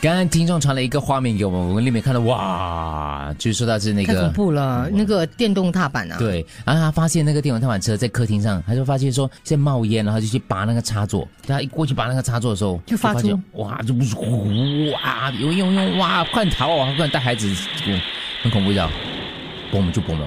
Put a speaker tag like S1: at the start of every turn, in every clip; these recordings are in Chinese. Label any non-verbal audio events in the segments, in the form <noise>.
S1: 刚刚听众传了一个画面给我们，我们立马看到哇，就是说到是那
S2: 太恐
S1: 个。
S2: 怖了，
S3: 嗯
S2: 那个电动踏板啊，
S1: 对，然后他发现那个电动踏板车在客厅上，他就发现说在冒烟，然后就去拔那个插座。他一过去拔那个插座的时候，
S2: 就发
S1: 现
S2: 出
S1: 哇，就哇，有用用哇，快逃啊！快带孩子，嗯很恐怖的，嘣就嘣了。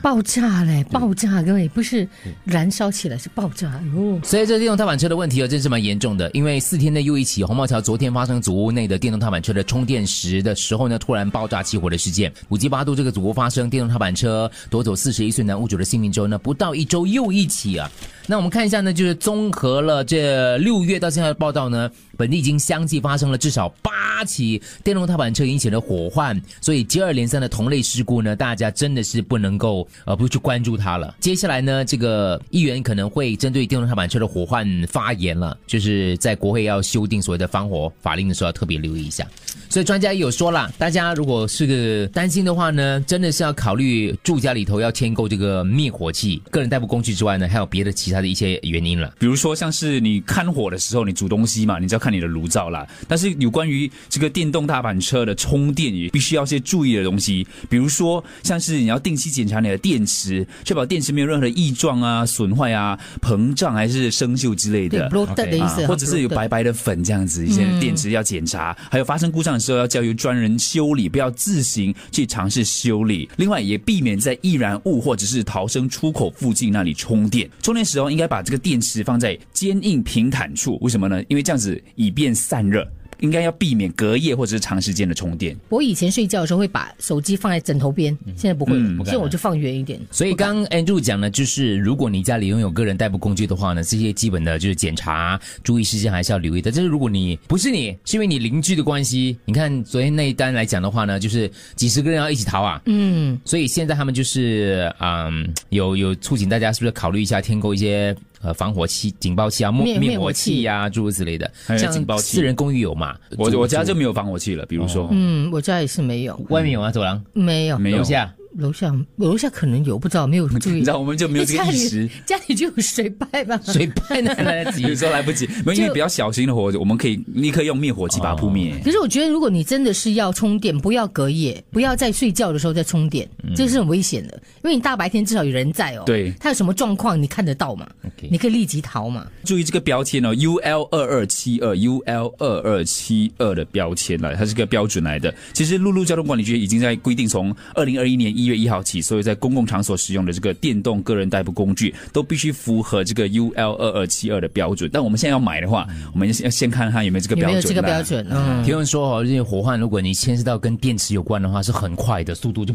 S2: 爆炸嘞，
S3: 嗯
S2: 爆炸，各位不是燃烧起来是爆炸，
S3: 嗯
S2: 哦，
S1: 所以这电动踏板车的问题啊，真是蛮严重的。因为四天内又一起红帽桥昨天发生祖屋内的电动踏板车的充电时的时候呢，突然爆炸起火的事件。五级八度这个祖屋发生电动踏板车夺走四十一岁男屋主的性命之后呢，不到一周又一起啊。那我们看一下呢，就是综合了这六月到现在的报道呢，本地已经相继发生了至少八起电动踏板车引起的火患，所以接二连三的同类事故呢，大家真的是不能够呃不去关注它了。接下来呢，这个议员可能会针对电动踏板车的火患发言了，就是在国会要修订所谓的防火法令的时候，要特别留意一下。所以专家也有说啦，大家如果是个担心的话呢，真的是要考虑住家里头要添购这个灭火器、个人代步工具之外呢，还有别的其他的一些原因了。
S3: 比如说像是你看火的时候，你煮东西嘛，你就要看你的炉灶啦。但是有关于这个电动踏板车的充电，也必须要些注意的东西，比如说像是你要定期检查你的电池，确保电池没有任何的异状啊、损坏啊、膨胀还是生锈之类
S2: 对
S3: 的。
S2: ，bloated 的意思，
S3: 啊或者是有
S2: bloated
S3: 白白的嗯粉这样子，一些电池要检查，还有发生故障的时候要交由专人修理，不要自行去尝试修理。另外，也避免在易燃物或者是逃生出口附近那里充电。充电时候应该把这个电池放在坚硬平坦处，为什么呢？因为这样子以便散热。应该要避免隔夜或者是长时间的充电。
S2: 我以前睡觉的时候会把手机放在枕头边，现在不会了，
S3: 嗯
S1: 不敢
S2: 现在我就放远一点。
S1: 所以刚刚 Andrew 讲呢，就是如果你家里拥有个人代步工具的话呢，这些基本的就是检查注意事项还是要留意的。但是如果你不是你，是因为你邻居的关系，你看昨天那一单来讲的话呢，就是几十个人要一起逃啊，
S2: 嗯，
S1: 所以现在他们就是嗯，有有促请大家是不是考虑一下添购一些呃防火器、警报器啊、灭
S2: 灭
S1: 灭
S2: 灭
S1: 火
S2: 火
S1: 器
S2: 器
S1: 呀、诸如此类的。
S3: 还有
S1: 像
S3: 警报器
S1: 私人公寓有嘛？
S3: 我
S1: 住
S3: 我家就
S1: 住
S3: 没有防火器了，比如说，
S2: 嗯，我家也是没有，嗯
S1: 外面有啊，走廊
S2: 没有，
S3: 没有
S1: 楼下。
S2: 楼下楼下可能有，不知道没有注
S3: 你
S2: 意
S3: 知。道我们就没有
S2: <laughs>
S3: 这
S2: 家
S3: 个意
S2: 里
S3: 识。
S2: 家里就有水拜吧，
S1: 谁办呢？来得及
S3: <laughs> 有时候来不及，没有因为
S2: 就
S3: 比较小型的火，我们可以立刻用灭火器把它扑灭。
S2: 可是我觉得，如果你真的是要充电，不要隔夜，不要在睡觉的时候再充电，
S1: 嗯
S2: 这是很危险的。因为你大白天至少有人在哦，
S3: 对
S2: 他有什么状况你看得到嘛
S1: OK
S2: 你可以立即逃嘛。
S3: 注意这个标签哦，U L 二二七二 U L 二二七二的标签了，它是个标准来的。其实陆路交通管理局已经在规定，从二零二一年一月一号起，所有在公共场所使用的这个电动个人代步工具都必须符合这个 U L 二二七二的标准。但我们现在要买的话，我们要先看看有没有这个
S2: 有
S3: 标
S2: 没有
S3: 准啦。
S1: 啊
S2: 这个标准？嗯，
S1: 评论说哦，这些火患，如果你牵涉到跟电池有关的话，是很快的速度就。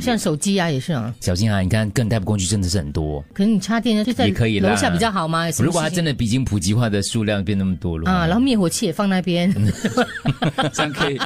S2: 像手机啊也是啊，
S1: 小心啊！你看，个人代步工具真的是很多。
S2: 可能你插电呢就在
S1: 也可以啦
S2: 楼下比较好嘛。有什么
S1: 如果它
S2: 事情
S1: 真的已经普及化的数量变那么多了，
S2: 啊，然后灭火器也放那
S1: <laughs>
S2: 边，
S3: <laughs> 这样可以，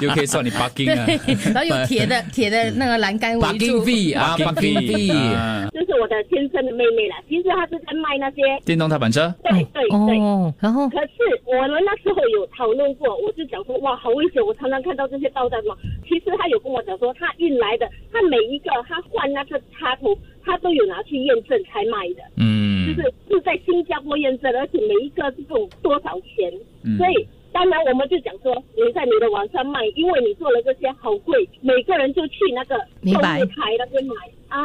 S3: 就可以算你 bugging <laughs> 啊。
S2: <laughs> 然后有铁的铁的那个栏杆围
S1: parking
S2: 住。
S1: 费啊
S3: Parking
S1: ，parking
S3: fee，
S1: 费。
S3: 啊
S4: 就是我的亲生的妹妹了。其实她是在卖那些，
S3: 电动踏板车。
S4: 对对对。
S2: 哦，然后
S4: 可是我们那时候有讨论过，我就讲说哇，好危险！我常常看到这些爆炸什么。其实她有跟我讲说，她运来的，她每一个她换那个插头，她都有拿去验证才卖的，就
S1: 嗯，
S4: 是是在新加坡验证，而且每一个这种多少钱，
S2: 嗯
S3: 嗯
S4: 所以。当然，我们就讲说你在你的网上卖，因为你做了这些好贵，每个人就去那个
S2: 明
S4: 购
S2: 白
S4: 物台那边买啊。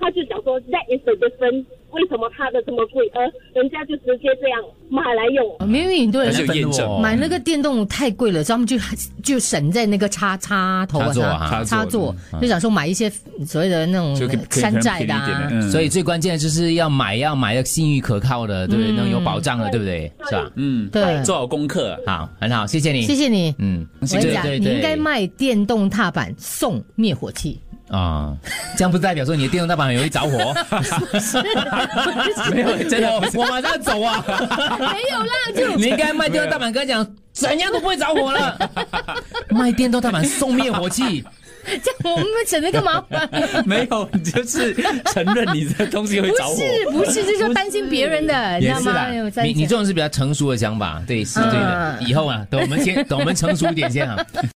S4: 他就讲说 that is the difference，为什么他的这么贵，而人家就直接这样买来用。
S2: 哦没有很多人
S3: 还是有验
S1: 哦
S3: 证
S2: 买那个电动太贵了，所以他们就就省在那个插插头
S1: 插座啊
S2: 插
S3: 插
S2: 插
S3: 座
S2: 座，就想说买一些所谓的那种
S3: 就可以可以
S2: 山寨的、
S3: 可能便宜一
S2: 啊
S3: 点。嗯
S1: 所以最关键的就是要买要买要信誉可靠的，对不对？能有保障的，对不对？是吧？
S3: 嗯，
S2: 嗯对，
S3: 做好功课。啊
S1: 好，很好，谢谢你，
S2: 谢谢你。
S1: 嗯，
S2: 我跟你讲，
S1: 对
S2: 你应该卖电动踏板送灭火器。
S1: 啊，这样不代表说你的电动大板很容易着火，
S2: <laughs>
S1: <laughs> 没有真的，我马上走啊！
S2: 没有啦，就
S1: 你应该卖电动大板，跟他讲怎样都不会着火了， <laughs> 卖电动大板送灭火器，
S2: 这样我们省了个麻烦。
S3: <laughs> 没有，你就是承认你的东西会
S2: 不
S3: 着火。
S2: 是不是，就是要担心别人的，你知
S1: <laughs> <laughs> 也
S2: 道
S1: 是
S2: 吗哎
S1: 啦？
S2: 有三。
S1: 你你
S2: 角
S1: 这种是比较成熟的想法，对，是对的。
S2: 嗯
S1: 以后啊，等我们先等我们成熟一点先啊。